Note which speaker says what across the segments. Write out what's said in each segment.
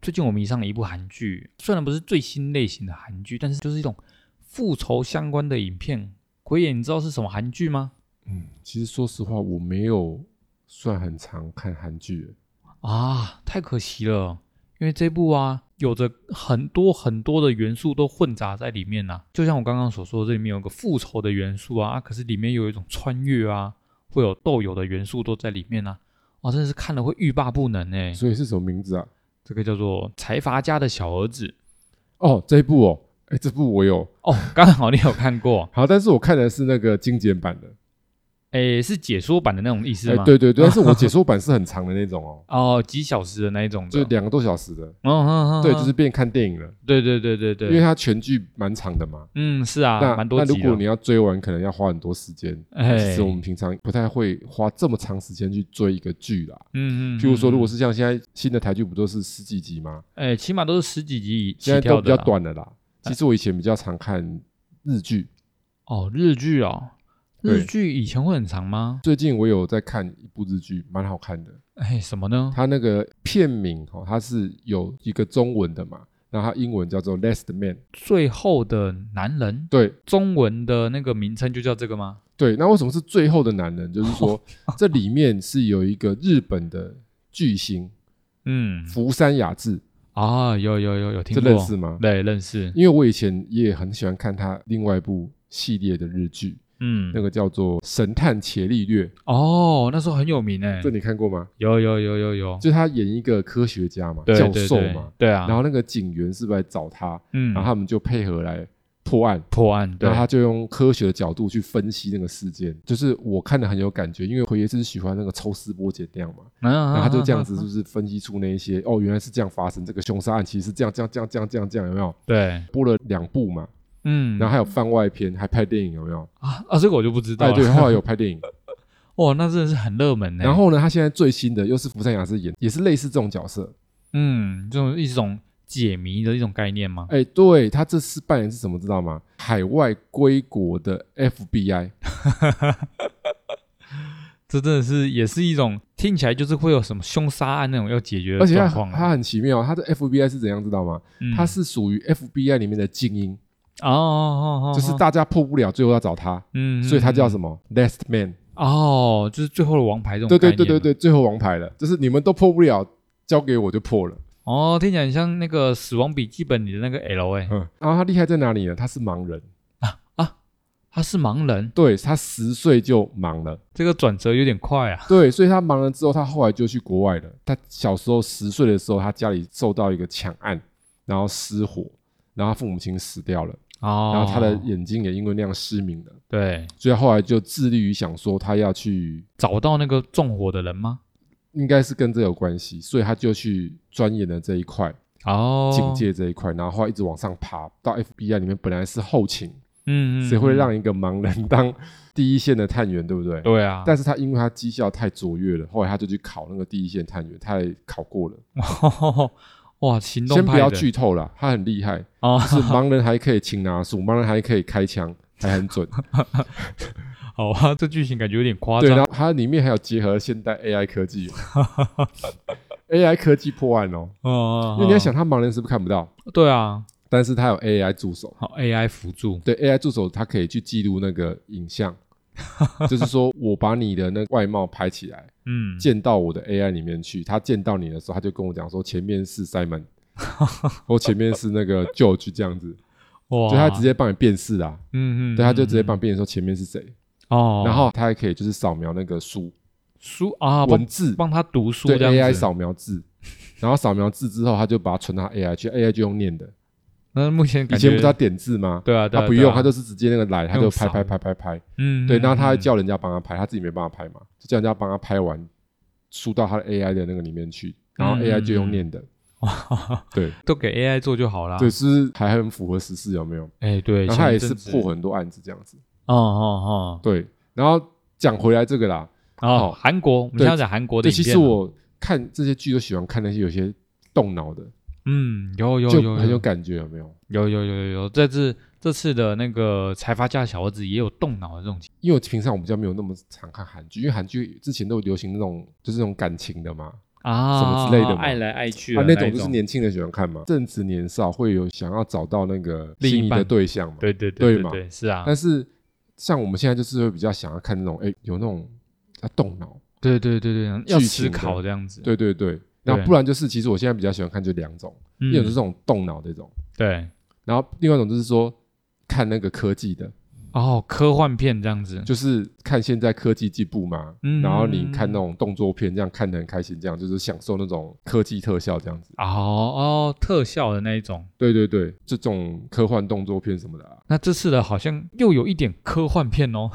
Speaker 1: 最近我迷上了一部韩剧，虽然不是最新类型的韩剧，但是就是一种复仇相关的影片。鬼眼，你知道是什么韩剧吗？
Speaker 2: 嗯，其实说实话，我没有算很常看韩剧，
Speaker 1: 啊，太可惜了，因为这部啊，有着很多很多的元素都混杂在里面呐、啊就像我刚刚所说，这里面有个复仇的元素啊，啊可是里面又有一种穿越啊，会有斗友的元素都在里面呐、啊。哇，真的是看了会欲罢不能哎、
Speaker 2: 所以是什么名字啊？
Speaker 1: 这个叫做财阀家的小儿子
Speaker 2: 哦，这一部哦，哎，这部我有，，
Speaker 1: 哦，刚好你有看过
Speaker 2: 好，但是我看的是那个精简版的，
Speaker 1: 哎，是解说版的那种意思
Speaker 2: 哎
Speaker 1: 吗？，，
Speaker 2: 对对对，但是我解说版是很长的那种哦
Speaker 1: 哦，几小时的那一种
Speaker 2: 就
Speaker 1: 的，
Speaker 2: 两个多小时的，
Speaker 1: 嗯嗯嗯，
Speaker 2: 对，就
Speaker 1: 嗯
Speaker 2: 是变看电影了，
Speaker 1: 对对对对
Speaker 2: 因
Speaker 1: 对，
Speaker 2: 为它全剧蛮长的嘛。
Speaker 1: 嗯，是啊，
Speaker 2: 那
Speaker 1: 蛮多
Speaker 2: 那
Speaker 1: 集
Speaker 2: 如
Speaker 1: 的。
Speaker 2: 果你要追完，可能要花很多时间。
Speaker 1: 哎
Speaker 2: 其实我们平常不太会花这么长时间去追一个剧啦。
Speaker 1: 嗯嗯，
Speaker 2: 譬如说，
Speaker 1: 嗯
Speaker 2: 如果是像现在新的台剧，不都是十几集吗？
Speaker 1: 哎，起码都是十几集
Speaker 2: 现在
Speaker 1: 起
Speaker 2: 都
Speaker 1: 跳
Speaker 2: 比
Speaker 1: 的
Speaker 2: 较
Speaker 1: 啦哎
Speaker 2: 短了啦。其实我以前比较常看日剧，
Speaker 1: 哦。日剧哦，
Speaker 2: 对
Speaker 1: 日剧以前会很长吗？
Speaker 2: 最近我有在看一部日剧，蛮好看的。
Speaker 1: 哎，什么呢？
Speaker 2: 它那个片名哦，它是有一个中文的嘛，然后它英文叫做《Last Man》。
Speaker 1: 最后的男人，
Speaker 2: 对
Speaker 1: 中文的那个名称就叫这个吗？
Speaker 2: 对，那为什么是最后的男人？就是说
Speaker 1: 哦
Speaker 2: 这里面是有一个日本的巨星
Speaker 1: 嗯，
Speaker 2: 福山雅治，
Speaker 1: 啊，有有有有听
Speaker 2: 这
Speaker 1: 过，
Speaker 2: 认识吗？
Speaker 1: 对，认识。
Speaker 2: 因为我以前也很喜欢看他另外一部系列的日剧，
Speaker 1: 嗯
Speaker 2: 那，个叫做《神探伽利略》，
Speaker 1: 哦，那时候很有名哎
Speaker 2: 这，你看过吗？
Speaker 1: 有有有有有，
Speaker 2: 就是他演一个科学家嘛，
Speaker 1: 对
Speaker 2: 教
Speaker 1: 对
Speaker 2: 授
Speaker 1: 对
Speaker 2: 嘛，
Speaker 1: 对啊，
Speaker 2: 然后那个警员是不是来找他，
Speaker 1: 嗯，
Speaker 2: 然后他们就配合来破案。
Speaker 1: 破案，对
Speaker 2: 然后，他就用科学的角度去分析那个事件，就是我看的很有感觉，因为奎爷是喜欢那个抽丝剥茧那样嘛，
Speaker 1: 然
Speaker 2: 然后他就这样子，就是分析出那一些哦，原来是这样发生，这个凶杀案其实是这样这样这样这样这样这样，有没有？
Speaker 1: 对，
Speaker 2: 播了两部嘛，
Speaker 1: 嗯，
Speaker 2: 然后还有番外篇，还拍电影，有没有？
Speaker 1: 啊啊，这个我就不知道
Speaker 2: 哎，
Speaker 1: 了。
Speaker 2: 对，后来有拍电影。
Speaker 1: 哇，那真的是很热门呢。
Speaker 2: 然，后呢，他现在最新的又是福山雅治演，也是类似这种角色。
Speaker 1: 嗯，这种一种解谜的一种概念吗？
Speaker 2: 哎，对他这次扮演是什么，知道吗？海外归国的 FBI。
Speaker 1: 这真的是也是一种听起来就是会有什么凶杀案那种要解决
Speaker 2: 而
Speaker 1: 的
Speaker 2: 且
Speaker 1: 状
Speaker 2: 他
Speaker 1: 况
Speaker 2: 他
Speaker 1: 啊。
Speaker 2: 很奇妙，他的 FBI 是怎样知道吗？
Speaker 1: 嗯
Speaker 2: 他是属于 FBI 里面的精英，
Speaker 1: 哦哦哦，哦
Speaker 2: 就是大家破不了，最后要找他，
Speaker 1: 嗯，嗯
Speaker 2: 所以他叫
Speaker 1: 嗯
Speaker 2: 什么 Last Man？
Speaker 1: 哦，就是最后的王牌这种
Speaker 2: 对对
Speaker 1: 概念啊
Speaker 2: 对对
Speaker 1: 嘛。
Speaker 2: 对，最后王牌了，就是你们都破不了，交给我就破了。
Speaker 1: 哦，听起来很像那个《死亡笔记本》里的那个 L 哎，
Speaker 2: 嗯，然后他厉害在哪里呢？他是盲人，
Speaker 1: 他是盲人，
Speaker 2: 对他十岁就盲了。
Speaker 1: 这个转折有点快啊。
Speaker 2: 对，所以他忙了之后，他后来就去国外了。他小时候十岁的时候，他家里受到一个抢案，然后失火，然后他父母亲死掉了，
Speaker 1: 哦，
Speaker 2: 然后他的眼睛也因为那样失明了。
Speaker 1: 对
Speaker 2: 所以他后来就致力于想说，他要去，
Speaker 1: 找到那个纵火的人吗？
Speaker 2: 应该是跟这有关系，所以他就去钻研了这一块、
Speaker 1: 哦，
Speaker 2: 警，戒这一块，然后后来一直往上爬到 FBI 里面，本来是后勤，
Speaker 1: 嗯，嗯
Speaker 2: 谁会
Speaker 1: 嗯
Speaker 2: 让一个盲人当第一线的探员，对不对？
Speaker 1: 对啊，
Speaker 2: 但是他因为他绩效太卓越了，后来他就去考那个第一线探员，他也考过了。
Speaker 1: 哇，行动
Speaker 2: 先不
Speaker 1: 派
Speaker 2: 要
Speaker 1: 的
Speaker 2: 剧透啦，他很厉害，
Speaker 1: 哦，
Speaker 2: 就是盲人还可以擒拿术，盲人还可以开枪，还 很准。
Speaker 1: 好啊，这剧情感觉有点夸
Speaker 2: 对，然
Speaker 1: 张。
Speaker 2: 后它里面还有结合现代 AI 科技，AI 科技破案哦。
Speaker 1: 哦，
Speaker 2: 因为你要想，他盲人是不是看不到？
Speaker 1: 哦，对啊，
Speaker 2: 但是他有 AI 助手，
Speaker 1: 好 AI 辅助，
Speaker 2: 对 AI 助手，他可以去记录那个影像，就是说我把你的那个外貌拍起来，
Speaker 1: 嗯，
Speaker 2: 建到我的 AI 里面去。他见到你的时候，他就跟我讲说前面 是 Simon，或前面是那个 George 这样子，
Speaker 1: 哇，
Speaker 2: 就他直接帮你辨识啊。
Speaker 1: 嗯，嗯嗯，
Speaker 2: 对，他就直接
Speaker 1: 嗯
Speaker 2: 帮你辨识说前面是谁，
Speaker 1: 哦，
Speaker 2: 然后他还可以就是扫描那个书
Speaker 1: 书啊，
Speaker 2: 文
Speaker 1: 帮
Speaker 2: 字，
Speaker 1: 帮他读书
Speaker 2: 对
Speaker 1: 这
Speaker 2: AI
Speaker 1: 样子。
Speaker 2: 扫描字，然后扫描字之后，他就把它存到 AI 去，AI 就用念的。
Speaker 1: 那目前
Speaker 2: 以
Speaker 1: 感
Speaker 2: 前
Speaker 1: 觉
Speaker 2: 不是他点字吗？
Speaker 1: 对啊，对啊
Speaker 2: 他不用，
Speaker 1: 对啊
Speaker 2: 他就是直接那个来，他就
Speaker 1: 用
Speaker 2: 拍
Speaker 1: 扫
Speaker 2: 拍拍拍拍。
Speaker 1: 嗯，
Speaker 2: 对，
Speaker 1: 嗯
Speaker 2: 然后他还
Speaker 1: 嗯
Speaker 2: 叫人家帮他拍，他自己没办法拍嘛，就叫人家帮他拍完，输到他的 AI 的那个里面去，然后
Speaker 1: 嗯
Speaker 2: AI 就
Speaker 1: 嗯嗯
Speaker 2: 用 念的。对
Speaker 1: 都给 AI 做就好啦。
Speaker 2: 对，，是不是还很符合时事有没有？
Speaker 1: 哎对，
Speaker 2: 然后他
Speaker 1: 前
Speaker 2: 也
Speaker 1: 一
Speaker 2: 是
Speaker 1: 阵子
Speaker 2: 破很多案子这样子。
Speaker 1: 哦哦
Speaker 2: 对，然后讲回来这个啦，
Speaker 1: 哦哦，韩国，我们
Speaker 2: 对
Speaker 1: 现在讲韩国的
Speaker 2: 对，
Speaker 1: 影
Speaker 2: 其
Speaker 1: 片啊
Speaker 2: 实
Speaker 1: 了，
Speaker 2: 我看这些剧都喜欢看那些有些动脑的，
Speaker 1: 嗯，有有
Speaker 2: 就
Speaker 1: 有
Speaker 2: 很有
Speaker 1: 有
Speaker 2: 感觉，有没有？
Speaker 1: 有有有有有，这次这次的那个财阀家小儿子也有动脑的这种情，
Speaker 2: 因为我平常我比较没有那么常看韩剧，因为韩剧之前都流行那种就是那种感情的嘛，
Speaker 1: 啊，
Speaker 2: 什么之类的嘛
Speaker 1: 爱来爱去
Speaker 2: 啊
Speaker 1: 的，
Speaker 2: 那种就
Speaker 1: 一
Speaker 2: 是年轻人喜欢看嘛，正值年少会有想要找到那个
Speaker 1: 另一
Speaker 2: 心仪的
Speaker 1: 半
Speaker 2: 对象嘛。
Speaker 1: 对对
Speaker 2: 对
Speaker 1: 对
Speaker 2: 嘛
Speaker 1: 对，是啊，
Speaker 2: 但是像我们现在就是会比较想要看那种，哎，有那种要动脑，
Speaker 1: 对对对对，要
Speaker 2: 剧
Speaker 1: 思
Speaker 2: 情的
Speaker 1: 考这样子，
Speaker 2: 对对对。然后
Speaker 1: 对
Speaker 2: 不然就是，其实我现在比较喜欢看就两种，
Speaker 1: 嗯，
Speaker 2: 一种就是这种动脑这种，
Speaker 1: 对
Speaker 2: 然后另外一种就是说看那个科技的，
Speaker 1: 哦，科幻片这样子，
Speaker 2: 就是看现在科技进步嘛，
Speaker 1: 嗯
Speaker 2: 然后你看那种动作片，这样看得很开心，这样就是享受那种科技特效这样子。
Speaker 1: 哦哦，特效的那一种。，
Speaker 2: 对对对，这种科幻动作片什么的、啊
Speaker 1: 那这次的好像又有一点科幻片哦。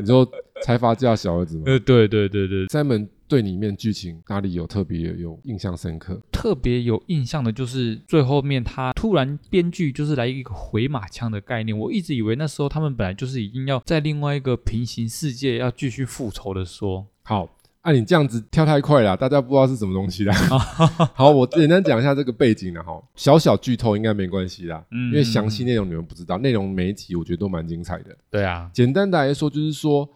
Speaker 2: 你说 财阀家小儿子嘛
Speaker 1: 呃，对对对对，
Speaker 2: ，Simon 对里面剧情哪里有特别有印象深刻？
Speaker 1: 特别有印象的就是最后面他突然编剧就是来一个回马枪的概念，我一直以为那时候他们本来就是已经要在另外一个平行世界要继续复仇的说，
Speaker 2: 好，啊，你这样子跳太快了啊，大家不知道是什么东西啦。 好，我简单讲一下这个背景啦，哈，小小剧透应该没关系啦，
Speaker 1: 嗯
Speaker 2: 因为详细内容你们不知道，内容每一集我觉得都蛮精彩的。
Speaker 1: 对啊，
Speaker 2: 简单的来说，就是说，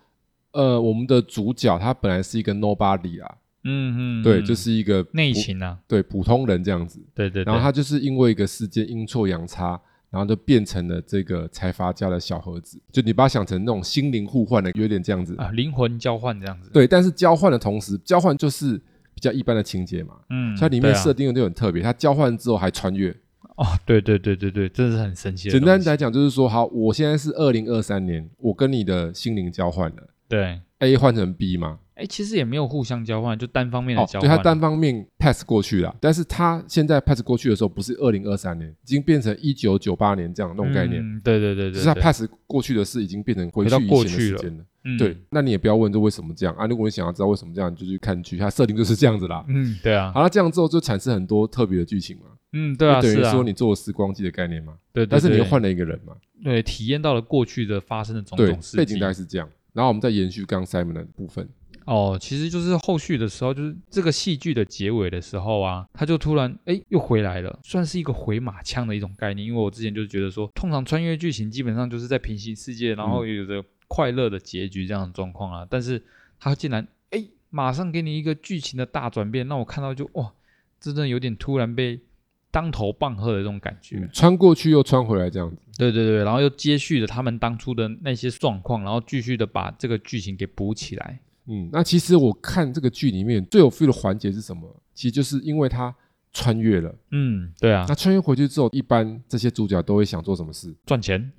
Speaker 2: 呃，我们的主角他本来是一个 nobody 啦，
Speaker 1: 嗯嗯，
Speaker 2: 对，
Speaker 1: 嗯
Speaker 2: 就是一个
Speaker 1: 内
Speaker 2: 普，
Speaker 1: 情啊，
Speaker 2: 对，普通人这样子。
Speaker 1: 对对对，
Speaker 2: 然后他就是因为一个事件阴错阳差，然后就变成了这个财阀家的小盒子。就你把它想成那种心灵互换的，有点这样子。
Speaker 1: 啊灵魂交换这样子，，
Speaker 2: 对，但是交换的同时，交换就是比较一般的情节嘛。
Speaker 1: 嗯，
Speaker 2: 所以它里面
Speaker 1: 对啊
Speaker 2: 设定的就很特别，它交换之后还穿越。
Speaker 1: 哦， 对对对对对，真的是很神奇的
Speaker 2: 简
Speaker 1: 东西，
Speaker 2: 单来讲就是说，好，我现在是二零二三年，我跟你的心灵交换了
Speaker 1: 对。
Speaker 2: ，A 换成 B 嘛，
Speaker 1: 哎，其实也没有互相交换，就单方面的
Speaker 2: 哦，
Speaker 1: 交
Speaker 2: 对
Speaker 1: 换。
Speaker 2: 他单方面 pass 过去了，但是他现在 pass 过去的时候，不是二零二三年，已经变成一九九八年这样那种概念，
Speaker 1: 嗯对对对对，
Speaker 2: 就是他
Speaker 1: 对
Speaker 2: pass 过去的事已经变成回去
Speaker 1: 回到
Speaker 2: 以
Speaker 1: 过
Speaker 2: 前的
Speaker 1: 去
Speaker 2: 时
Speaker 1: 了
Speaker 2: 间了。
Speaker 1: 嗯
Speaker 2: 对，那你也不要问这为什么这样啊？如果你想要知道为什么这样，你就去看剧，它设定就是这样子啦。
Speaker 1: 嗯，对啊，
Speaker 2: 好了，这样之后就产生很多特别的剧情嘛，
Speaker 1: 嗯，对啊，
Speaker 2: 就等
Speaker 1: 是
Speaker 2: 于
Speaker 1: 啊，
Speaker 2: 说你做了时光机的概念嘛，
Speaker 1: 对，对
Speaker 2: 但是你
Speaker 1: 对
Speaker 2: 又换了一个人嘛，
Speaker 1: 对体验到了过去的发生的种
Speaker 2: 对
Speaker 1: 种，事
Speaker 2: 背景
Speaker 1: 情
Speaker 2: 大。概是这样。然后我们再延续刚 Simon 的部分，
Speaker 1: 哦，其实就是后续的时候，就是这个戏剧的结尾的时候啊，他就突然哎又回来了，算是一个回马枪的一种概念。因为我之前就是觉得说，通常穿越剧情基本上就是在平行世界，然后
Speaker 2: 嗯
Speaker 1: 有着快乐的结局这样的状况啊，但是他竟然哎马上给你一个剧情的大转变，让我看到就哇，真的有点突然被当头棒喝的这种感觉。
Speaker 2: 嗯穿过去又穿回来这样子，
Speaker 1: 对对对，然后又接续了他们当初的那些状况，然后继续的把这个剧情给补起来。
Speaker 2: 嗯，那其实我看这个剧里面最有 feel 的环节是什么？其实就是因为他穿越了。
Speaker 1: 嗯，对啊，
Speaker 2: 那穿越回去之后，一般这些主角都会想做什么事？
Speaker 1: 赚钱，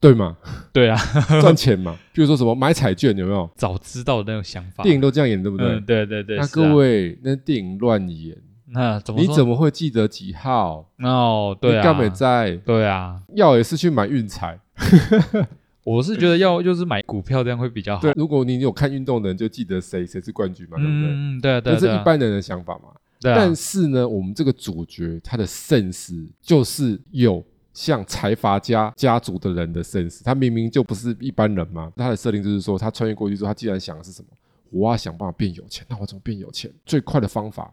Speaker 2: 对嘛，
Speaker 1: 对啊，
Speaker 2: 赚钱嘛。比如说什么买彩券，有没有？
Speaker 1: 早知道的那种想法。
Speaker 2: 电影都这样演，对不对
Speaker 1: 嗯，？对对对。
Speaker 2: 那
Speaker 1: 是啊
Speaker 2: 各，位，那电影乱演，
Speaker 1: 那怎么
Speaker 2: 你
Speaker 1: 说
Speaker 2: 怎么会记得几号？
Speaker 1: 哦？对
Speaker 2: 你
Speaker 1: 啊，
Speaker 2: 干美在
Speaker 1: 对啊，
Speaker 2: 要也是去买运彩。
Speaker 1: 我是觉得要就是买股票这样会比较好。
Speaker 2: 对，如果你有看运动的人，就记得谁谁是冠军嘛，对不对？
Speaker 1: 嗯，嗯，对啊对啊
Speaker 2: 这是
Speaker 1: 对啊，
Speaker 2: 一般人的想法嘛。
Speaker 1: 对啊，
Speaker 2: 但是呢，我们这个主角他的 sense 就是有像财阀家家族的人的 sense，他明明就不是一般人嘛。他的设定就是说，他穿越过去之后，他既然想的是什么？我要想办法变有钱，那我怎么变有钱？最快的方法，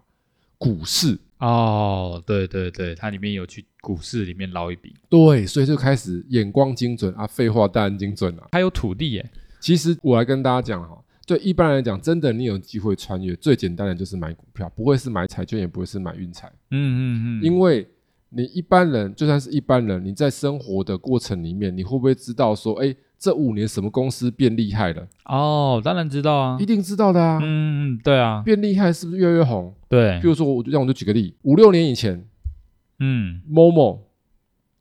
Speaker 2: 股市。
Speaker 1: 哦，对对对，它里面有去股市里面捞一笔，
Speaker 2: 对，所以就开始眼光精准啊，废话当然精准啊。
Speaker 1: 还有土地耶。
Speaker 2: 其实我来跟大家讲哈，对一般人来讲，真的你有机会穿越，最简单的就是买股票，不会是买彩券，也不会是买运彩。
Speaker 1: 嗯嗯嗯，
Speaker 2: 因为你一般人就算是一般人，你在生活的过程里面，你会不会知道说，哎，这五年什么公司变厉害了？
Speaker 1: 哦，当然知道啊
Speaker 2: 一。定知道的啊，
Speaker 1: 嗯，嗯哎对啊，
Speaker 2: 变厉害是不是越来越红？
Speaker 1: 对
Speaker 2: 比，如说，我就让我就举个例，五六年以前
Speaker 1: 嗯，
Speaker 2: ，Momo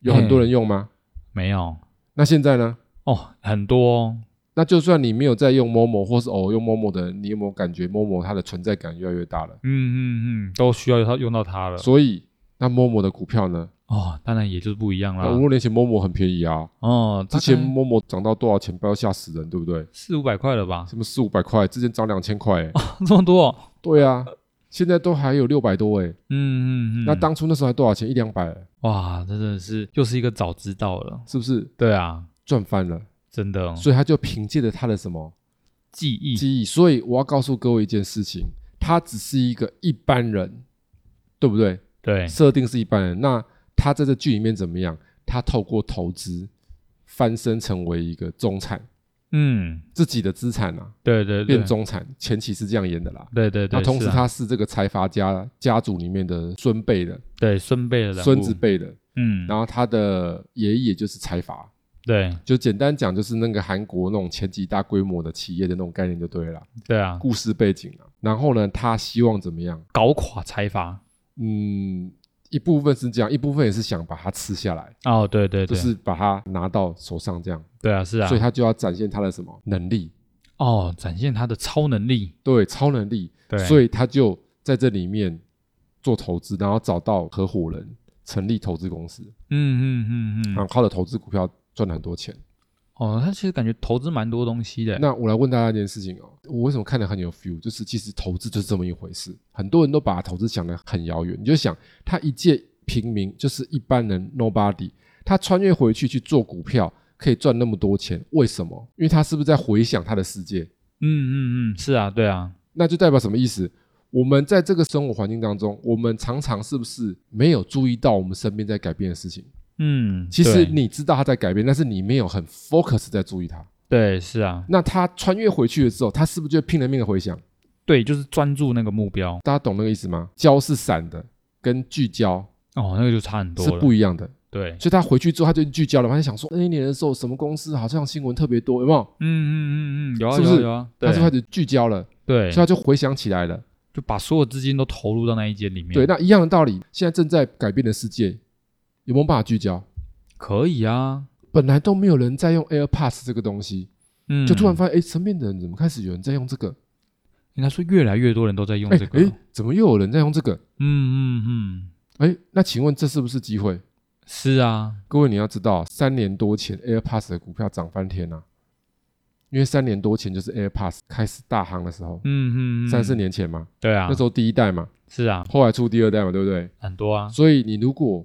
Speaker 2: 有很多人用吗？
Speaker 1: 没有。
Speaker 2: 那现在呢？
Speaker 1: 哦，很多、哦，
Speaker 2: 那就算你没有在用 Momo，或是偶尔用 Momo 的人，你有没有感觉 Momo 它的存在感越来越大了？
Speaker 1: 嗯嗯嗯，都需要它用到它了。
Speaker 2: 所以，那 Momo 的股票呢？
Speaker 1: 哦，当然也就是不一样啦
Speaker 2: 那。五六年前 Momo 很便宜啊，
Speaker 1: 哦，
Speaker 2: 之前 Momo 涨到多少钱？不要吓死人，对不对？
Speaker 1: 四五百块了吧？
Speaker 2: 什么四五百块，之前涨两千块、欸，
Speaker 1: 这么多、
Speaker 2: 对啊，现在都还有六百多哎、
Speaker 1: 嗯嗯嗯，
Speaker 2: 那当初那时候还多少钱？一两百、
Speaker 1: 哇，真的是又是一个早知道了。
Speaker 2: 是不是
Speaker 1: 对啊，
Speaker 2: 赚翻了？
Speaker 1: 真的
Speaker 2: 所以他就凭借着他的什么
Speaker 1: 记忆
Speaker 2: 记忆，所以我要告诉各位一件事情，他只是一个一般人，对不对？
Speaker 1: 对
Speaker 2: 设定是一般人，那他在这剧里面怎么样？他透过投资翻身成为一个中产，
Speaker 1: 嗯，
Speaker 2: 自己的资产啊
Speaker 1: 对对对
Speaker 2: 变，中产，前期是这样演的啦。
Speaker 1: 对对对，
Speaker 2: 那同时
Speaker 1: 是啊
Speaker 2: 他是这个财阀家家族里面的孙辈的、
Speaker 1: 对孙辈的人物
Speaker 2: 孙子，辈的，
Speaker 1: 嗯，
Speaker 2: 然后他的爷爷就是财阀，
Speaker 1: 对
Speaker 2: 就简单讲就是那个韩国那种前几大规模的企业的那种概念就对了啦，
Speaker 1: 对啊，
Speaker 2: 故事背景啊。然后呢，他希望怎么样？
Speaker 1: 搞垮财阀。
Speaker 2: 嗯，一部分是这样，一部分也是想把它吃下来，
Speaker 1: 哦，对对
Speaker 2: 就
Speaker 1: 对，
Speaker 2: 是把它拿到手上这样，
Speaker 1: 对啊，是啊
Speaker 2: 所，以他就要展现他的什么能力？
Speaker 1: 哦，展现他的超能力，
Speaker 2: 对，超能力。
Speaker 1: 对，
Speaker 2: 所以他就在这里面做投资，然后找到合伙人，成立投资公司，
Speaker 1: 嗯嗯嗯嗯，
Speaker 2: 然后靠着投资股票赚了很多钱。
Speaker 1: 哦，他其实感觉投资蛮多东西的，
Speaker 2: 那我来问大家一件事情哦，我为什么看得很有 feel？就是其实投资就是这么一回事，很多人都把投资想得很遥远。你就想他一介平民，就是一般人 nobody，他穿越回去去做股票，可以赚那么多钱，为什么？因为他是不是在回想他的世界？
Speaker 1: 嗯嗯嗯，是啊，对啊，
Speaker 2: 那就代表什么意思？我们在这个生活环境当中，我们常常是不是没有注意到我们身边在改变的事情？
Speaker 1: 嗯，
Speaker 2: 其实
Speaker 1: 对
Speaker 2: 你知道它在改变，但是你没有很 focus 在注意它。
Speaker 1: 对是啊，
Speaker 2: 那他穿越回去的时候，他是不是就拼了命的回想？
Speaker 1: 对，就是专注那个目标，
Speaker 2: 大家懂那个意思吗？焦是散的，跟聚焦
Speaker 1: 哦，那个就差很多
Speaker 2: 是
Speaker 1: 了，
Speaker 2: 不一样的。
Speaker 1: 对，
Speaker 2: 所以他回去之后，他就聚焦了嘛，他就想说哎那一年的时候，什么公司好像新闻特别多，有没有？
Speaker 1: 嗯嗯嗯嗯，有啊
Speaker 2: 是不
Speaker 1: 有啊
Speaker 2: 是
Speaker 1: 有啊，
Speaker 2: 他
Speaker 1: 对
Speaker 2: 就开始聚焦了，
Speaker 1: 对
Speaker 2: 所以，他就回想起来了。
Speaker 1: 就把所有资金都投入到那一间里面，
Speaker 2: 对，那一样的道理，现在正在改变的世界，有没有办法聚焦？
Speaker 1: 可以啊，
Speaker 2: 本来都没有人在用 AirPods 这个东西，
Speaker 1: 嗯，
Speaker 2: 就突然发现，哎、身边的人怎么开始有人在用这个？
Speaker 1: 应该说越来越多人都在用
Speaker 2: 哎
Speaker 1: 这个，
Speaker 2: 哎、怎么又有人在用这个？
Speaker 1: 嗯嗯嗯，
Speaker 2: 哎、那请问这是不是机会？
Speaker 1: 是啊，
Speaker 2: 各位你要知道，三年多前 AirPods 的股票涨翻天啊，因为三年多前就是 AirPods 开始大行的时候，
Speaker 1: 嗯嗯嗯，
Speaker 2: 三四年前嘛，
Speaker 1: 对啊，
Speaker 2: 那时候第一代嘛，
Speaker 1: 是啊，
Speaker 2: 后来出第二代嘛，对不对？
Speaker 1: 很多啊
Speaker 2: 所以你如果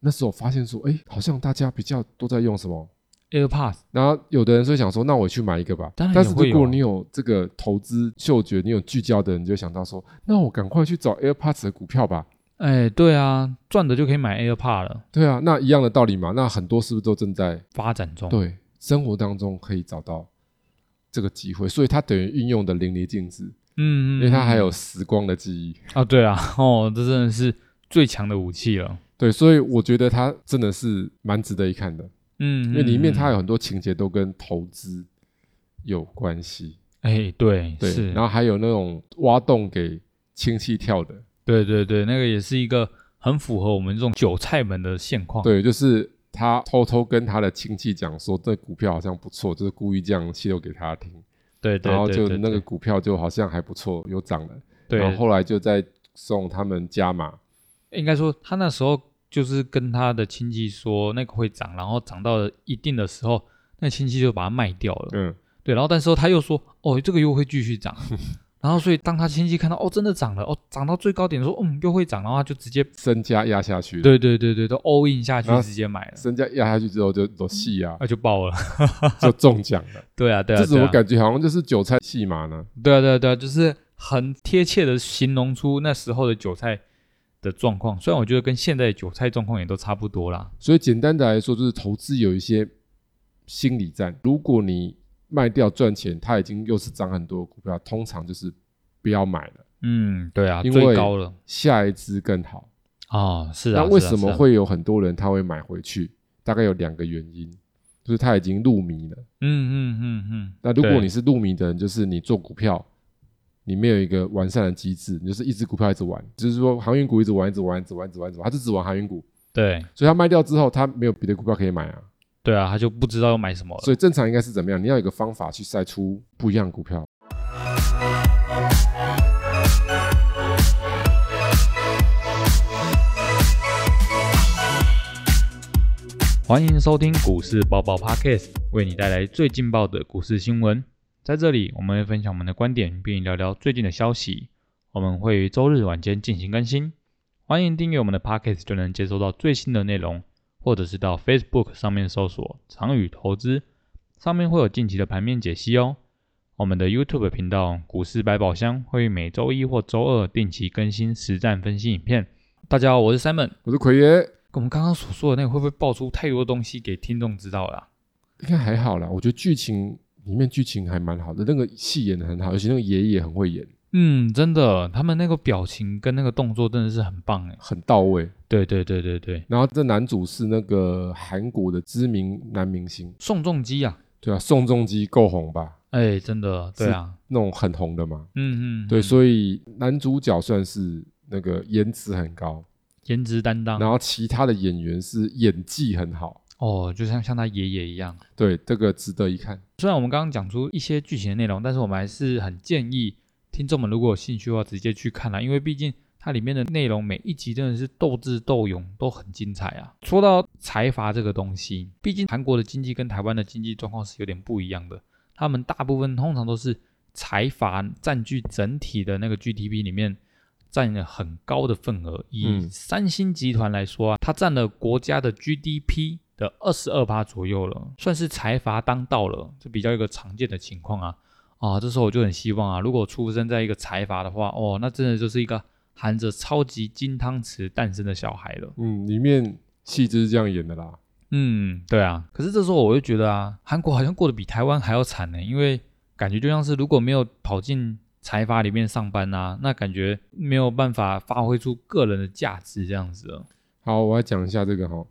Speaker 2: 那时候发现说，哎、好像大家比较都在用什么
Speaker 1: ，AirPods，
Speaker 2: 然后有的人是会想说，那我去买一个吧。
Speaker 1: 当然
Speaker 2: 但是
Speaker 1: 也会
Speaker 2: 如果
Speaker 1: 有啊
Speaker 2: 你有这个投资嗅觉，你有聚焦的人，你就会想到说，那我赶快去找 AirPods 的股票吧。
Speaker 1: 哎，对啊，赚的就可以买 AirPod 了，
Speaker 2: 对啊，那一样的道理嘛。那很多是不是都正在
Speaker 1: 发展中，
Speaker 2: 对生活当中可以找到这个机会？所以它等于运用的淋漓尽致，
Speaker 1: 嗯，嗯，
Speaker 2: 因为它还
Speaker 1: 有
Speaker 2: 有时光的记忆。
Speaker 1: 啊，对啊， 哦，这真的是最强的武器了，
Speaker 2: 对，所以我觉得它真的是蛮值得一看的，
Speaker 1: 嗯，
Speaker 2: 因为里面
Speaker 1: 嗯
Speaker 2: 它有很多情节都跟投资有关系。
Speaker 1: 哎，对，
Speaker 2: 对，
Speaker 1: 是
Speaker 2: 然，后还有那种挖洞给亲戚跳的。
Speaker 1: 对对对，那个也是一个很符合我们这种韭菜们的现况，
Speaker 2: 对，就是他偷偷跟他的亲戚讲说，这股票好像不错，就是故意这样泄露给他听，
Speaker 1: 对对
Speaker 2: 然后
Speaker 1: 对
Speaker 2: 就
Speaker 1: 对
Speaker 2: 那个
Speaker 1: 对
Speaker 2: 股票就好像还不错，有涨了，
Speaker 1: 对
Speaker 2: 然后后来就在送他们加码，
Speaker 1: 应该说他那时候就是跟他的亲戚说那个会涨，然后涨到了一定的时候，那亲戚就把它卖掉了。
Speaker 2: 嗯，
Speaker 1: 对，然后但是他又说哦，这个又会继续 涨。然后所以当他亲戚看到哦，真的涨了哦，涨到最高点说嗯又会涨，然后他就直接
Speaker 2: 身家压下去，，
Speaker 1: 对对对对都 all in 下去
Speaker 2: 然后
Speaker 1: 直接买了，
Speaker 2: 身家压下去之后就走戏啊，
Speaker 1: 那就爆了。
Speaker 2: 就中奖了，
Speaker 1: 对嗯 啊对啊，
Speaker 2: 这怎
Speaker 1: 对
Speaker 2: 么
Speaker 1: 啊
Speaker 2: 感觉好像就是韭菜戏码呢？
Speaker 1: 对啊对啊对啊，就是很贴切的形容出那时候的韭菜的状况。虽然我觉得跟现在的韭菜状况也都差不多啦。
Speaker 2: 所以简单的来说，就是投资有一些心理战。如果你卖掉赚钱，它已经又是涨很多的股票，通常就是不要买了，
Speaker 1: 嗯，对啊，
Speaker 2: 因
Speaker 1: 最
Speaker 2: 为
Speaker 1: 高了
Speaker 2: 下一只更好。
Speaker 1: 哦，是啊。
Speaker 2: 那为
Speaker 1: 是啊
Speaker 2: 什么？
Speaker 1: 是啊
Speaker 2: 会有很多人他会买回去？大概有两个原因，就是他已经入迷了。
Speaker 1: 嗯嗯嗯嗯。
Speaker 2: 那如
Speaker 1: 对
Speaker 2: 果你是入迷的人，就是你做股票，你没有一个完善的机制，你就是一只股票一直玩，就是说航运股一直玩，一直玩，一直玩，一直玩，一直玩，他就只玩航运股，
Speaker 1: 对
Speaker 2: 所以他卖掉之后，他没有别的股票可以买啊。
Speaker 1: 对啊，他就不知道要买什么了。
Speaker 2: 所以正常应该是怎么样？你要有一个方法去筛出不一样的股票。
Speaker 1: 欢迎收听股市爆爆 Podcast，为你带来最劲爆的股市新闻。在这里，我们会分享我们的观点，并聊聊最近的消息。我们会于周日晚间进行更新，欢迎订阅我们的 Podcast，就能接收到最新的内容，或者是到 Facebook 上面搜索“长宇投资”，上面会有近期的盘面解析哦。我们的 YouTube 频道“股市百宝箱”会于每周一或周二定期更新实战分析影片。大家好，我是 Simon。
Speaker 2: 我是奎爷，
Speaker 1: 我们刚刚所说的那个会不会爆出太多东西给听众知道了啊、
Speaker 2: 应该还好啦。我觉得剧情里面剧情还蛮好的，那个戏演的很好，尤其那个爷爷很会演，
Speaker 1: 嗯，真的，他们那个表情跟那个动作真的是很棒哎。
Speaker 2: 很到位。
Speaker 1: 对对对对对，
Speaker 2: 然后这男主是那个韩国的知名男明星，
Speaker 1: 宋仲基啊，
Speaker 2: 对啊，宋仲基够红吧？
Speaker 1: 哎，真的，对啊，
Speaker 2: 那种很红的嘛。
Speaker 1: 嗯嗯，
Speaker 2: 对，
Speaker 1: 嗯
Speaker 2: 所以男主角算是那个颜值很高，
Speaker 1: 颜值担当
Speaker 2: 然后其他的演员是演技很好。
Speaker 1: 哦，就像像他爷爷一样。
Speaker 2: 对，这个值得一看。
Speaker 1: 虽然我们刚刚讲出一些剧情的内容，但是我们还是很建议听众们如果有兴趣的话，直接去看啦，因为毕竟它里面的内容每一集真的是斗智斗勇，都很精彩啊。说到财阀这个东西，毕竟韩国的经济跟台湾的经济状况是有点不一样的，他们大部分通常都是财阀占据整体的那个 GDP 里面。占了很高的份额。以
Speaker 2: 嗯
Speaker 1: 三星集团来说啊，它占了国家的 GDP 的二十二趴左右了，算是财阀当道了，这比较一个常见的情况啊。啊，这时候我就很希望啊，如果出生在一个财阀的话，哦，那真的就是一个含着超级金汤匙诞生的小孩了。
Speaker 2: 嗯，里面戏就是这样演的啦。
Speaker 1: 嗯，对啊。可是这时候我就觉得啊，韩国好像过得比台湾还要惨呢，因为感觉就像是如果没有跑进财阀里面上班啊，那感觉没有办法发挥出个人的价值这样子哦了。
Speaker 2: 好，我来讲一下这个哈。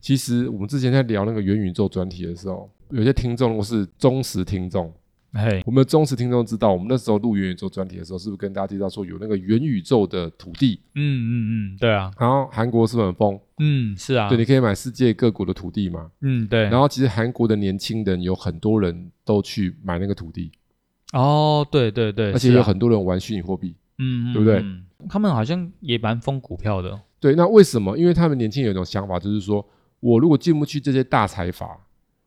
Speaker 2: 其实我们之前在聊那个元宇宙专题的时候，有些听众我是忠实听众，
Speaker 1: 嘿，
Speaker 2: 我们的忠实听众知道，我们那时候录元宇宙专题的时候，是不是跟大家介绍说有那个元宇宙的土地？
Speaker 1: 嗯嗯嗯，对啊，
Speaker 2: 然后韩国是不是很疯？
Speaker 1: 嗯是啊，
Speaker 2: 对，你可以买世界各国的土地嘛。
Speaker 1: 嗯对，
Speaker 2: 然后其实韩国的年轻人有很多人都去买那个土地，
Speaker 1: 哦对对对，
Speaker 2: 而且
Speaker 1: 是啊
Speaker 2: 有很多人玩虚拟货币。
Speaker 1: 嗯，嗯
Speaker 2: 对不对
Speaker 1: 嗯他们好像也蛮疯股票的，
Speaker 2: 对，那为什么？因为他们年轻人有一种想法，就是说我如果进不去这些大财阀，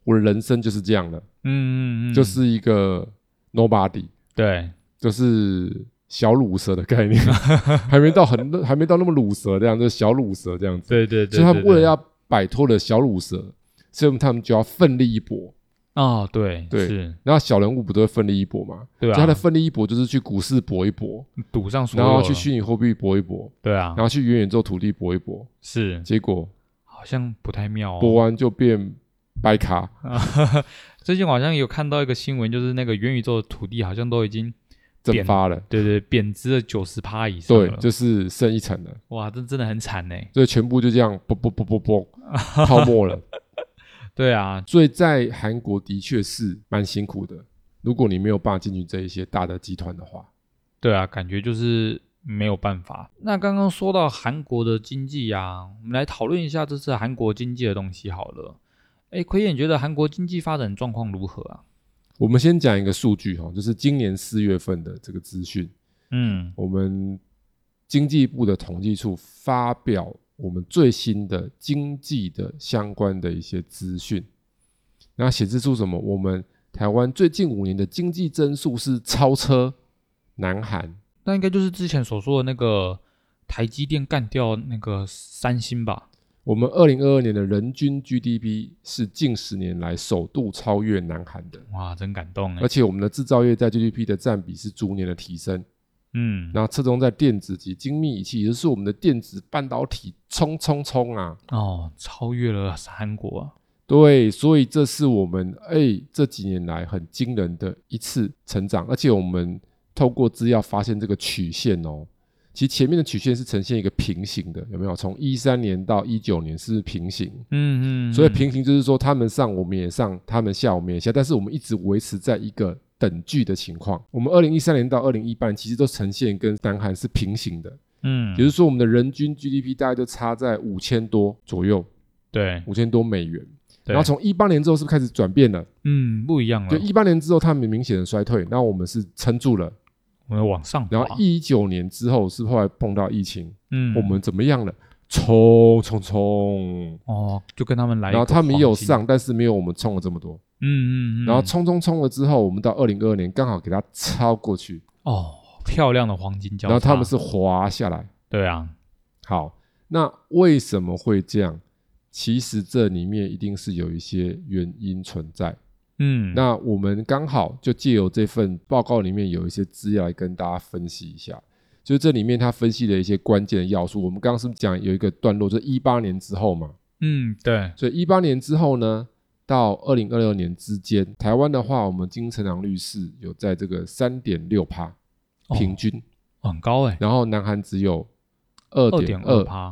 Speaker 2: 我的人生就是这样了，
Speaker 1: 嗯嗯嗯，
Speaker 2: 就是一个 nobody，
Speaker 1: 对，
Speaker 2: 就是小乳蛇的概 念，还没到很还没到那么乳蛇这样，就是小乳蛇这样子。
Speaker 1: 对对对，
Speaker 2: 所以他
Speaker 1: 对
Speaker 2: 们为了
Speaker 1: 对
Speaker 2: 要摆脱了小乳蛇，所以他们就要奋力一搏。
Speaker 1: 哦对
Speaker 2: 对
Speaker 1: 是，
Speaker 2: 然后小人物不都会奋力一搏嘛？
Speaker 1: 对
Speaker 2: 所以他
Speaker 1: 啊
Speaker 2: 的，奋力一搏就是去股市搏一搏，
Speaker 1: 赌上所啊
Speaker 2: 然
Speaker 1: 有
Speaker 2: 后去
Speaker 1: 了
Speaker 2: 虚拟货币搏一搏，
Speaker 1: 对啊
Speaker 2: 然，后去元宇宙土地搏一搏，
Speaker 1: 是
Speaker 2: 结果
Speaker 1: 好像不太妙哦。
Speaker 2: 搏完就变白卡。
Speaker 1: 最近我好像有看到一个新闻，就是那个元宇宙的土地好像都已经
Speaker 2: 蒸发了，
Speaker 1: 对对贬值了九十趴以上
Speaker 2: 对
Speaker 1: 了，，
Speaker 2: 就是剩一层了，
Speaker 1: 哇，这真的很惨呢。
Speaker 2: 所以全部就这样啵啵啵 啵啵泡沫了。
Speaker 1: 对啊，
Speaker 2: 所以在韩国的确是蛮辛苦的，如果你没有办法进去这一些大的集团的话，
Speaker 1: 对啊，感觉就是没有办法。那刚刚说到韩国的经济啊，我们来讨论一下这次韩国经济的东西好了。哎，奎爷，你觉得韩国经济发展状况如何啊？
Speaker 2: 我们先讲一个数据哈，就是今年四月份的这个资讯，
Speaker 1: 嗯
Speaker 2: 我们经济部的统计处发表我们最新的经济的相关的一些资讯，然后显示出什么？我们台湾最近五年的经济增速是超车南韩，
Speaker 1: 那应该就是之前所说的那个台积电干掉那个三星吧？
Speaker 2: 我们二零二二年的人均 GDP 是近十年来首度超越南韩的，
Speaker 1: 哇，真感动哎
Speaker 2: 而。且我们的制造业在 GDP 的占比是逐年的提升，
Speaker 1: 嗯，
Speaker 2: 然后侧重在电子及精密仪器，也就是我们的电子半导体冲冲冲啊！
Speaker 1: 哦，超越了韩国啊。
Speaker 2: 对，所以这是我们哎这几年来很惊人的一次成长，而且我们透过资料发现这个曲线哦，其实前面的曲线是呈现一个平行的，有没有？从一三年到一九年是平行，
Speaker 1: 嗯嗯，
Speaker 2: 所以
Speaker 1: 嗯
Speaker 2: 平行就是说他们上我们也上，他们下我们也下，但是我们一直维持在一个等距的情况。我们二零一三年到二零一八年其实都呈现跟南韩是平行的，
Speaker 1: 嗯，
Speaker 2: 也就是说我们的人均 GDP 大概就差在五千多左右，
Speaker 1: 对，
Speaker 2: 五千多美元。
Speaker 1: 对
Speaker 2: 然后从一八年之后是不是开始转变了？
Speaker 1: 嗯不一样了，
Speaker 2: 对，一八年之后他们明显的衰退，那我们是撑住了。
Speaker 1: 我们往上
Speaker 2: 然
Speaker 1: 爬，
Speaker 2: 后一九年之后是后来碰到疫情，
Speaker 1: 嗯，
Speaker 2: 我们怎么样了？冲冲冲！
Speaker 1: 哦就跟他们来，
Speaker 2: 然后他们也有，上，但是没有我们冲了这么多。
Speaker 1: 嗯嗯嗯，
Speaker 2: 然后冲冲冲了之后，我们到二零二二年刚好给它超过去，
Speaker 1: 哦漂亮的黄金交
Speaker 2: 然
Speaker 1: 叉，
Speaker 2: 后他们是滑下来。
Speaker 1: 对啊，
Speaker 2: 好，那为什么会这样？其实这里面一定是有一些原因存在。
Speaker 1: 嗯，
Speaker 2: 那我们刚好就借由这份报告里面有一些资料来跟大家分析一下，就是这里面他分析的一些关键的要素。我们刚刚是不是讲有一个段落，就是一八年之后嘛？
Speaker 1: 嗯对，
Speaker 2: 所以一八年之后呢，到二零二六年之间，台湾的话，我们经成长率是有在这个三点六趴
Speaker 1: 哦
Speaker 2: 平均，
Speaker 1: 哦很高哎、
Speaker 2: 然后南韩只有二
Speaker 1: 2.2%
Speaker 2: 点
Speaker 1: 二
Speaker 2: 二。
Speaker 1: 趴，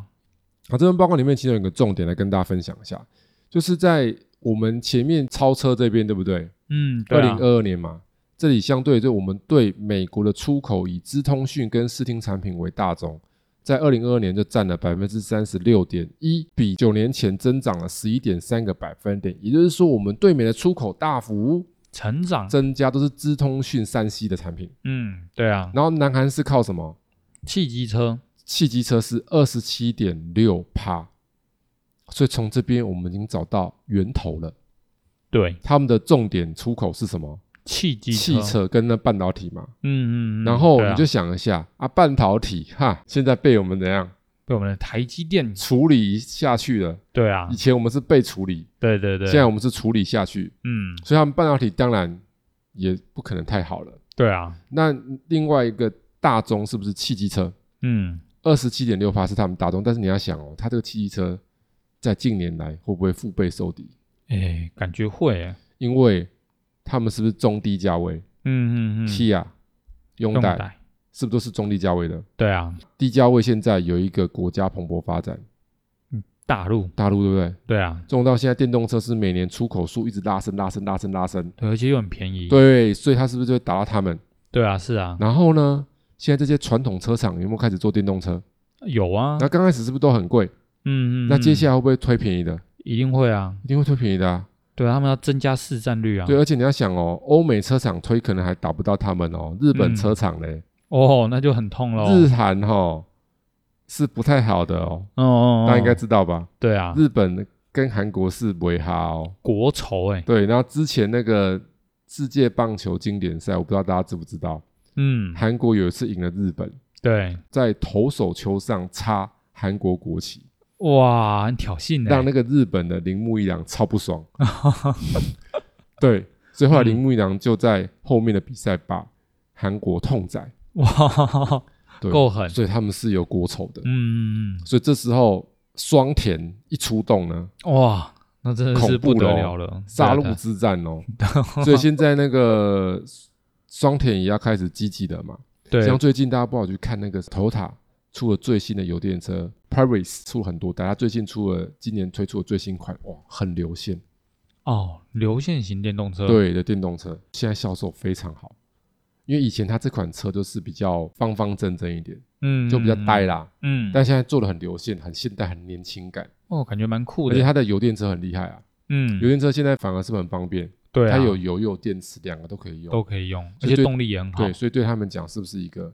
Speaker 2: 好，这份报告里面其中有一个重点来跟大家分享一下，就是在我们前面超车这边，对不对？
Speaker 1: 嗯，对啊
Speaker 2: 二零，二二年嘛，这里相对对我们对美国的出口以资通讯跟视听产品为大宗，在二零二二年就占了百分之三十六点一，比九年前增长了十一点三个百分点，也就是说，我们对美的出口大幅
Speaker 1: 成长，
Speaker 2: 增加，都是资通讯三 C 的产品。
Speaker 1: 嗯，对啊，
Speaker 2: 然后南韩是靠什么？
Speaker 1: 汽机车，
Speaker 2: 汽机车是二十七点六趴，所以从这边我们已经找到源头了。
Speaker 1: 对，
Speaker 2: 他们的重点出口是什么？
Speaker 1: 汽机
Speaker 2: 汽
Speaker 1: 车，
Speaker 2: 车跟那半导体嘛。
Speaker 1: 嗯嗯嗯，
Speaker 2: 然后
Speaker 1: 对啊
Speaker 2: 你就想一下啊，半导体哈，现在被我们怎样
Speaker 1: 被我们的台积电，
Speaker 2: 处理下去了？
Speaker 1: 对啊
Speaker 2: 以，前我们是被处理，
Speaker 1: 对对对，
Speaker 2: 现在我们是处理下去，
Speaker 1: 嗯，
Speaker 2: 所以他们半导体当然也不可能太好了。
Speaker 1: 对啊，
Speaker 2: 那另外一个大宗是不是汽机车？
Speaker 1: 嗯，
Speaker 2: 二十七点六八是他们大宗，但是你要想哦，它这个汽机车在近年来会不会腹背受敌？
Speaker 1: 哎、感觉会、欸，
Speaker 2: 因为他们是不是中低价位、
Speaker 1: 嗯嗯嗯，
Speaker 2: Kia、
Speaker 1: 用
Speaker 2: 拥戴
Speaker 1: 带，
Speaker 2: 是不是都是中低价位的？
Speaker 1: 对啊，
Speaker 2: 低价位现在有一个国家蓬勃发展，
Speaker 1: 大陆，
Speaker 2: 大陆对不对？
Speaker 1: 对啊，
Speaker 2: 中到现在，电动车是每年出口数一直拉升、拉升、拉升、拉升。
Speaker 1: 对，而且又很便宜，
Speaker 2: 对，所以它是不是就会打到他们？
Speaker 1: 对啊，是啊，
Speaker 2: 然后呢，现在这些传统车厂有没有开始做电动车？
Speaker 1: 有啊，
Speaker 2: 那刚开始是不是都很贵？
Speaker 1: 嗯嗯，
Speaker 2: 那接
Speaker 1: 来
Speaker 2: 下来会不会推便宜的？
Speaker 1: 一定会啊，
Speaker 2: 一定会推便宜的啊！
Speaker 1: 对啊他们要增加市占率啊，
Speaker 2: 对，而且你要想哦，欧美车厂推可能还打不到他们哦，日本
Speaker 1: 嗯
Speaker 2: 车厂嘞，
Speaker 1: 哦，那就很痛喽，
Speaker 2: 日韩哈、是不太好的哦，
Speaker 1: 哦哦，哦
Speaker 2: 大家应该知道吧？
Speaker 1: 对啊，
Speaker 2: 日本跟韩国是维哈哦。
Speaker 1: 国仇哎、
Speaker 2: 对，然后之前那个世界棒球经典赛，我不知道大家知不知道，
Speaker 1: 嗯，
Speaker 2: 韩国有一次赢了日本，
Speaker 1: 对，
Speaker 2: 在投手球上插韩国国旗，
Speaker 1: 哇，很挑衅哎、
Speaker 2: 让那个日本的铃木一朗超 不爽。对，所以
Speaker 1: 嗯
Speaker 2: 后来铃木一朗就在后面的比赛把韩国痛宰，
Speaker 1: 哇，
Speaker 2: 对，
Speaker 1: 够狠，
Speaker 2: 所以他们是有国仇的。
Speaker 1: 嗯嗯
Speaker 2: 所以这时候双田一出动呢，
Speaker 1: 嗯，哇，那真的是
Speaker 2: 恐
Speaker 1: 不
Speaker 2: 怖
Speaker 1: 得
Speaker 2: 的哦
Speaker 1: 了了，
Speaker 2: 杀
Speaker 1: 对
Speaker 2: 戮
Speaker 1: 啊
Speaker 2: 之战哦。所以现在那个双田也要开始积极的嘛。
Speaker 1: 对
Speaker 2: 像
Speaker 1: 啊，
Speaker 2: 最近大家不好去看那个 Toyota 出了最新的油电车 Prius 出很多台，它最近出了今年推出的最新款，哇，很流线，
Speaker 1: 哦，流线型电动车，
Speaker 2: 对的电动车，现在销售非常好。因为以前它这款车就是比较方方正正一点，
Speaker 1: 嗯，嗯，
Speaker 2: 就比较
Speaker 1: 嗯，
Speaker 2: 呆啦，
Speaker 1: 嗯，
Speaker 2: 但现在做的很流线、很现代、很年轻感，
Speaker 1: 哦，感觉蛮酷
Speaker 2: 而且
Speaker 1: 的，
Speaker 2: 它的油电车很厉害啊，
Speaker 1: 嗯
Speaker 2: 油，电车现在反而是很方便，
Speaker 1: 对啊，
Speaker 2: 它有油又有电池，两个都可以
Speaker 1: 都
Speaker 2: 用，
Speaker 1: 可以用，而
Speaker 2: 所以
Speaker 1: 且
Speaker 2: 对
Speaker 1: 动力也很好
Speaker 2: 对，，所以对他们讲是不是一个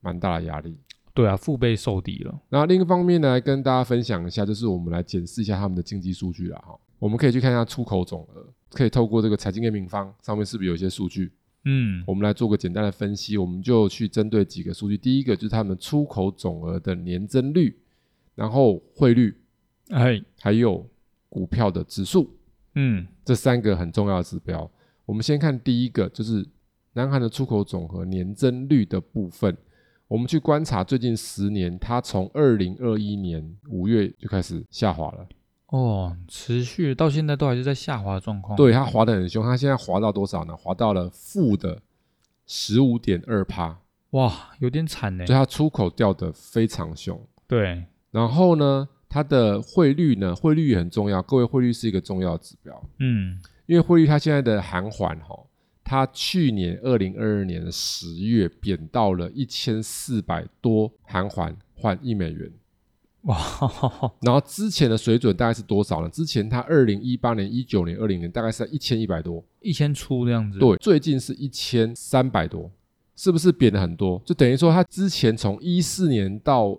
Speaker 2: 蛮大的压力？
Speaker 1: 对啊，腹背受敌了，
Speaker 2: 然后另一方面呢，来跟大家分享一下，就是我们来检视一下他们的经济数据啦。哈，我们可以去看一下出口总额，可以透过这个财经 A 平方上面是不是有一些数据，
Speaker 1: 嗯，
Speaker 2: 我们来做个简单的分析。我们就去针对几个数据，第一个就是他们出口总额的年增率，然后汇率，
Speaker 1: 哎，
Speaker 2: 还有股票的指数，
Speaker 1: 嗯，
Speaker 2: 这三个很重要的指标。我们先看第一个，就是南韩的出口总和年增率的部分。我们去观察最近十年，它从二零二一年五月就开始下滑了。
Speaker 1: 哦，持续到现在都还是在下滑的状况，，
Speaker 2: 对，它滑得很凶。它现在滑到多少呢？滑到了负的十五点二趴，
Speaker 1: 哇，有点惨呢
Speaker 2: 所以，它出口掉的非常凶。
Speaker 1: 对，
Speaker 2: 然后呢，它的汇率呢，汇率也很重要。各位，汇率是一个重要的指标。
Speaker 1: 嗯，
Speaker 2: 因为汇率它现在的韩环哈、它去年二零二二年的十月贬到了一千四百多韩环换一美元，
Speaker 1: 哇，哈哈哈
Speaker 2: 然后之前的水准大概是多少呢？之前它二零一八年、一九年、二零年大概是在一千一百多，
Speaker 1: 一千出这样子，，
Speaker 2: 对，最近是一千三百多，是不是贬了很多？就等于说它之前从一四年到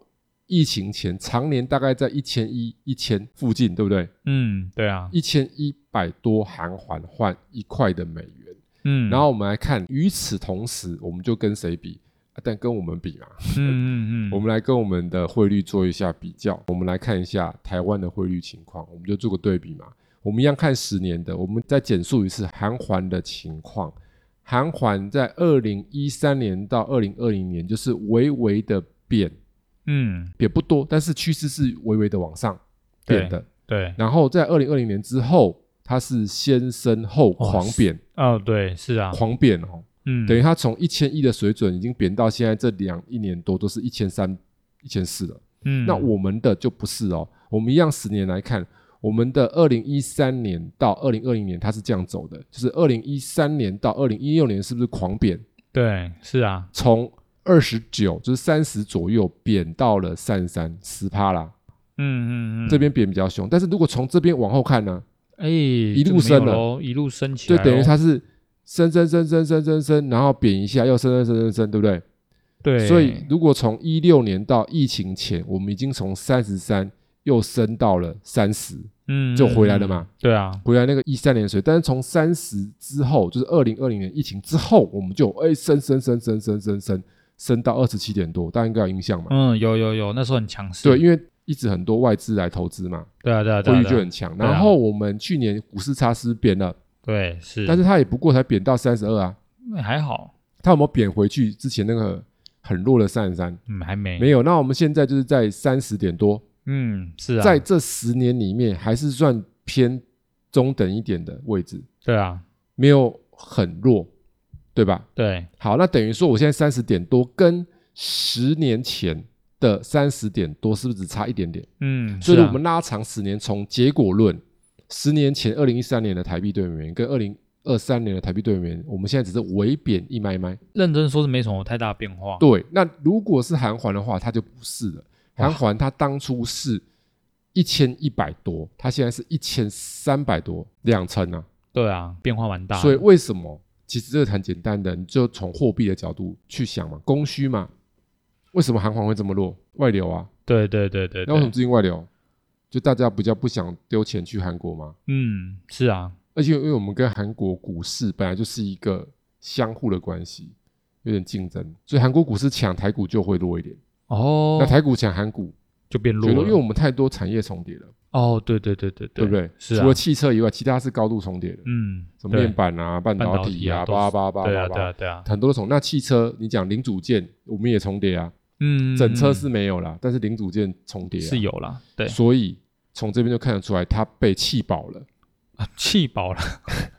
Speaker 2: 疫情前，常年大概在一千一、一千附近，对不对？
Speaker 1: 嗯，对啊，
Speaker 2: 一千一百多韩环换一块的美元。
Speaker 1: 嗯，
Speaker 2: 然后我们来看，与此同时，我们就跟谁比？啊但跟我们比嘛，
Speaker 1: 嗯，嗯嗯
Speaker 2: 我
Speaker 1: 嗯，
Speaker 2: 们来跟我们的汇率做一下比较。我们来看一下台湾的汇率情况，我们就做个对比嘛。我们一样看十年的，我们再简述一次韩环的情况。韩环在二零一三年到二零二零年就是微微的贬，
Speaker 1: 嗯，
Speaker 2: 贬不多，但是趋势是微微的往上
Speaker 1: 对
Speaker 2: 贬的。
Speaker 1: 对，
Speaker 2: 然后在二零二零年之后，他是先升后狂贬，
Speaker 1: 哦，对，是啊，
Speaker 2: 狂贬哦，
Speaker 1: 嗯，
Speaker 2: 等于他从一千一的水准已经贬到现在这两一年多都是一千三、一千四了。
Speaker 1: 嗯，
Speaker 2: 那我们的就不是哦，我们一样十年来看，我们的二零一三年到二零二零年它是这样走的，就是二零一三年到二零一六年是不是狂贬？
Speaker 1: 对，是啊，
Speaker 2: 从二十九就是三十左右贬到了三十三十趴啦，
Speaker 1: 嗯嗯嗯，
Speaker 2: 这边贬比较凶。但是如果从这边往后看呢、
Speaker 1: 哎，一
Speaker 2: 路升了
Speaker 1: 了，一路升起
Speaker 2: 就
Speaker 1: 来咯，
Speaker 2: 等于它是升升升升升升升，然后贬一下又升升升升升，对不对？
Speaker 1: 对，
Speaker 2: 所以如果从一六年到疫情前，我们已经从三十三又升到了三十，
Speaker 1: 嗯
Speaker 2: 就回来了，
Speaker 1: 嗯
Speaker 2: 嘛
Speaker 1: 嗯对啊，
Speaker 2: 回来那个一三年水。但是从三十之后，就是二零二零年疫情之后，我们就哎升升升升升升升升到二十七点多，大家应该有印象嘛？
Speaker 1: 嗯，有有有，那时候很强势，
Speaker 2: 对，因为一直很多外资来投资嘛，
Speaker 1: 对啊对啊
Speaker 2: 汇
Speaker 1: 对啊
Speaker 2: 率就
Speaker 1: 对啊，
Speaker 2: 很强。
Speaker 1: 对啊
Speaker 2: 然后我们去年股市差是不是贬了，
Speaker 1: 对是，
Speaker 2: 但是它也不过才贬到三十二啊，
Speaker 1: 哎还好，
Speaker 2: 它有没有贬回去之前那个很弱的三十三？
Speaker 1: 嗯，还没
Speaker 2: 没
Speaker 1: 有，
Speaker 2: 有，那我们现在就是在三十点多，
Speaker 1: 嗯，是啊，
Speaker 2: 在这十年里面还是算偏中等一点的位置，
Speaker 1: 对啊，
Speaker 2: 没有很弱，对吧？
Speaker 1: 对，
Speaker 2: 好，那等于说我现在三十点多，跟十年前的三十点多是不是只差一点点？
Speaker 1: 嗯，
Speaker 2: 所以
Speaker 1: 是啊
Speaker 2: 我们拉长十年，从结果论，十年前二零一三年的台币对美元跟二零二三年的台币对美元，我们现在只是微贬一麦麦。
Speaker 1: 认真说是没什么太大变化，
Speaker 2: 对，那如果是韩环的话，它就不是了。韩环它当初是一千一百多，它现在是一千三百多，两成啊。
Speaker 1: 对啊，变化蛮大的，
Speaker 2: 所以为什么？其实这个很简单的，你就从货币的角度去想嘛，供需嘛。为什么韩环会这么弱？外流啊。
Speaker 1: 对对对对
Speaker 2: 那为什
Speaker 1: 对
Speaker 2: 么，最近外流？就大家比较不想丢钱去韩国吗？
Speaker 1: 嗯，是啊，
Speaker 2: 而且因为我们跟韩国股市本来就是一个相互的关系，有点竞争，所以韩国股市抢台股就会弱一点。
Speaker 1: 哦
Speaker 2: 那，台股抢韩股，
Speaker 1: 就变弱
Speaker 2: 觉得因为我
Speaker 1: 了，
Speaker 2: 们太多产业重叠了，
Speaker 1: 哦，对对对对对
Speaker 2: 对不？对？
Speaker 1: 是啊
Speaker 2: 除了汽车以外，其他是高度重叠的，
Speaker 1: 嗯，
Speaker 2: 什么
Speaker 1: 对
Speaker 2: 面板啊、半
Speaker 1: 半
Speaker 2: 导
Speaker 1: 导
Speaker 2: 体
Speaker 1: 体
Speaker 2: 啊、
Speaker 1: 啊
Speaker 2: 叭叭
Speaker 1: 都
Speaker 2: 叭
Speaker 1: 是对啊
Speaker 2: 叭
Speaker 1: 对
Speaker 2: 叭，
Speaker 1: 啊对啊，
Speaker 2: 很多种。那汽车，你讲零组件，我们也重叠啊，
Speaker 1: 嗯，
Speaker 2: 整车是
Speaker 1: 嗯
Speaker 2: 没有啦，但是零组件重叠啊
Speaker 1: 是有啦，对，
Speaker 2: 所以从这边就看得出来，它被气饱了，
Speaker 1: 啊气饱了，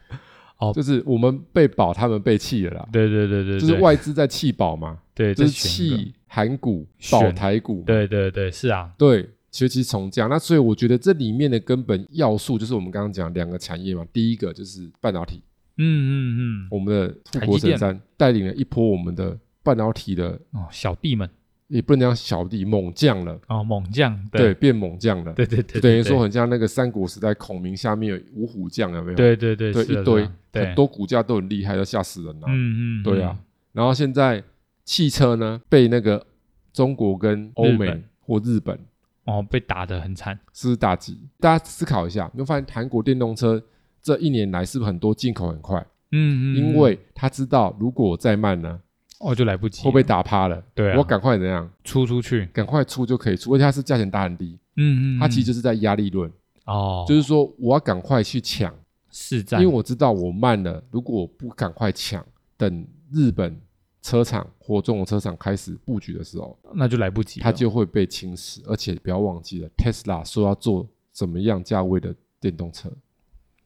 Speaker 2: 就是我们被饱，他们被气了啦。
Speaker 1: 对对对对，
Speaker 2: 就是
Speaker 1: 对
Speaker 2: 外资在气饱嘛，
Speaker 1: 对，
Speaker 2: 就是
Speaker 1: 这选一个
Speaker 2: 气韩股、保
Speaker 1: 选
Speaker 2: 台股嘛，
Speaker 1: 对对对，是啊，
Speaker 2: 对，学习从这样。那所以我觉得这里面的根本要素就是我们刚刚讲两个产业嘛，第一个就是半导体，
Speaker 1: 嗯嗯
Speaker 2: 我们的富
Speaker 1: 台
Speaker 2: 国
Speaker 1: 积
Speaker 2: 神
Speaker 1: 电
Speaker 2: 山带领了一波我们的半导体的，
Speaker 1: 嗯，哦，小弟们
Speaker 2: 也不能讲小弟猛将了，
Speaker 1: 哦，猛将，
Speaker 2: 对，
Speaker 1: 对
Speaker 2: 变猛将了，
Speaker 1: 对对对，
Speaker 2: 就等
Speaker 1: 对
Speaker 2: 于说，很像那个三国时代孔明下面有五虎将，有没有？
Speaker 1: 对对对
Speaker 2: 对，
Speaker 1: 是啊
Speaker 2: 一堆
Speaker 1: 是啊，对
Speaker 2: 很多股价都很厉害，要吓死人了。
Speaker 1: 嗯嗯，
Speaker 2: 对啊，然后现在汽车呢，被那个中国跟欧
Speaker 1: 日
Speaker 2: 美
Speaker 1: 本
Speaker 2: 或日本
Speaker 1: 嗯，哦，被打得很惨，
Speaker 2: 是不是打击？大家思考一下，你会发现韩国电动车这一年来是不是很多进口很快？
Speaker 1: 嗯嗯，
Speaker 2: 因
Speaker 1: 嗯
Speaker 2: 为他知道如果我再慢呢，
Speaker 1: 哦就来不及
Speaker 2: 会
Speaker 1: 了，
Speaker 2: 不会打趴了？
Speaker 1: 对啊
Speaker 2: 我赶快怎样？
Speaker 1: 出出去？
Speaker 2: 赶快出就可以出，而且它是价钱打很低，
Speaker 1: 嗯嗯，
Speaker 2: 它其实
Speaker 1: 嗯
Speaker 2: 就是在压力论，
Speaker 1: 哦，
Speaker 2: 就是说我要赶快去抢，
Speaker 1: 是
Speaker 2: 因
Speaker 1: 战，
Speaker 2: 为我知道我慢了，如果我不赶快抢，等日本车厂或中国车厂开始布局的时候，
Speaker 1: 那就来不及了，
Speaker 2: 它就会被侵蚀。而且不要忘记了，Tesla 说要做怎么样价位的电动车，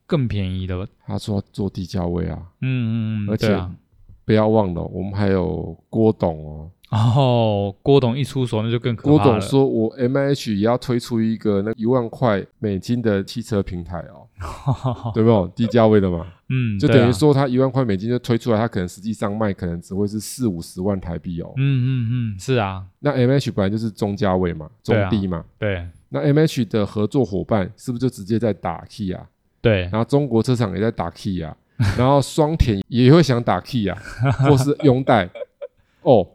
Speaker 1: 更便宜的吧？
Speaker 2: 他说要做低价位啊。
Speaker 1: 嗯嗯嗯，
Speaker 2: 而
Speaker 1: 对
Speaker 2: 且
Speaker 1: 啊。
Speaker 2: 不要忘了，我们还有郭董哦。
Speaker 1: 哦，郭董一出手那就更可
Speaker 2: 郭
Speaker 1: 怕了。
Speaker 2: 董说，我 M H 也要推出一个那一万块美金的汽车平台 哦，对没有低价位的嘛？
Speaker 1: 嗯，
Speaker 2: 就
Speaker 1: 对
Speaker 2: 等于
Speaker 1: 啊，
Speaker 2: 说，他一万块美金就推出来，他可能实际上卖可能只会是四五十万台币哦。
Speaker 1: 嗯嗯嗯，是啊，
Speaker 2: 那 M H 本来就是中价位嘛，中
Speaker 1: 对啊
Speaker 2: 低嘛。
Speaker 1: 对
Speaker 2: 那 M H 的合作伙伴是不是就直接在打 Key 啊？
Speaker 1: 对，
Speaker 2: 然后中国车厂也在打 key 啊，然后双田也会想打 key 啊，或是拥戴哦，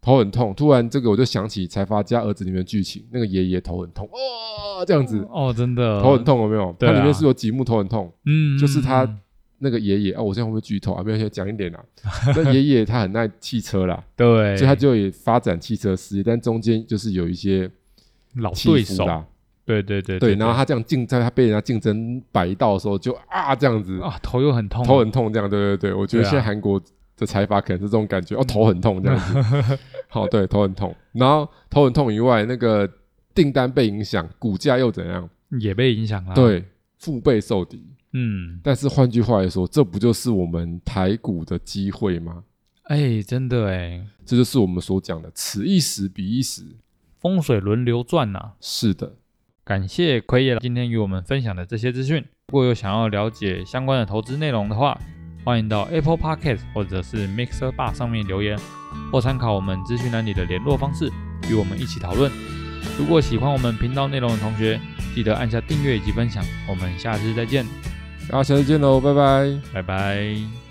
Speaker 2: 头很痛。突然这个我就想起《财阀家儿子》里面的剧情，那个爷爷头很痛哦，这样子
Speaker 1: 哦，真的
Speaker 2: 头很，痛有没有？
Speaker 1: 对啊
Speaker 2: 它里面是有几幕头很痛，
Speaker 1: 嗯，
Speaker 2: 就是他
Speaker 1: 嗯嗯
Speaker 2: 那个爷爷哦，我现在会不会剧透啊？没有，先讲一点 啦。那爷爷他很爱汽车啦，
Speaker 1: 对，
Speaker 2: 所以他就也发展汽车事业，但中间就是有一些
Speaker 1: 老
Speaker 2: 起
Speaker 1: 对
Speaker 2: 伏
Speaker 1: 手，
Speaker 2: 啦，
Speaker 1: 对对对
Speaker 2: 对。然后他这样竞在他被人家竞争摆到的时候，就啊这样子
Speaker 1: 啊，头又很痛，
Speaker 2: 头很痛这样，对对对，我觉得
Speaker 1: 对啊
Speaker 2: 现在韩国的财阀可能是这种感觉，哦，头很痛这样子。好，对，头很痛，然后头很痛以外，那个订单被影响，股价又怎样？
Speaker 1: 也被影响了。，
Speaker 2: 对，腹背受敌，
Speaker 1: 嗯，
Speaker 2: 但是换句话来说，这不就是我们台股的机会吗？
Speaker 1: 哎、真的哎，
Speaker 2: 这就是我们所讲的此一时彼一时。
Speaker 1: 风水轮流转啊呐、
Speaker 2: 是的，
Speaker 1: 感谢奎爷今天与我们分享的这些资讯。如果有想要了解相关的投资内容的话，欢迎到 Apple Podcast 或者是 Mixer Bar 上面留言，或参考我们资讯栏里的联络方式，与我们一起讨论。如果喜欢我们频道内容的同学，记得按下订阅以及分享。我们下次再见，
Speaker 2: 大家下次见喽，拜拜。
Speaker 1: 拜拜。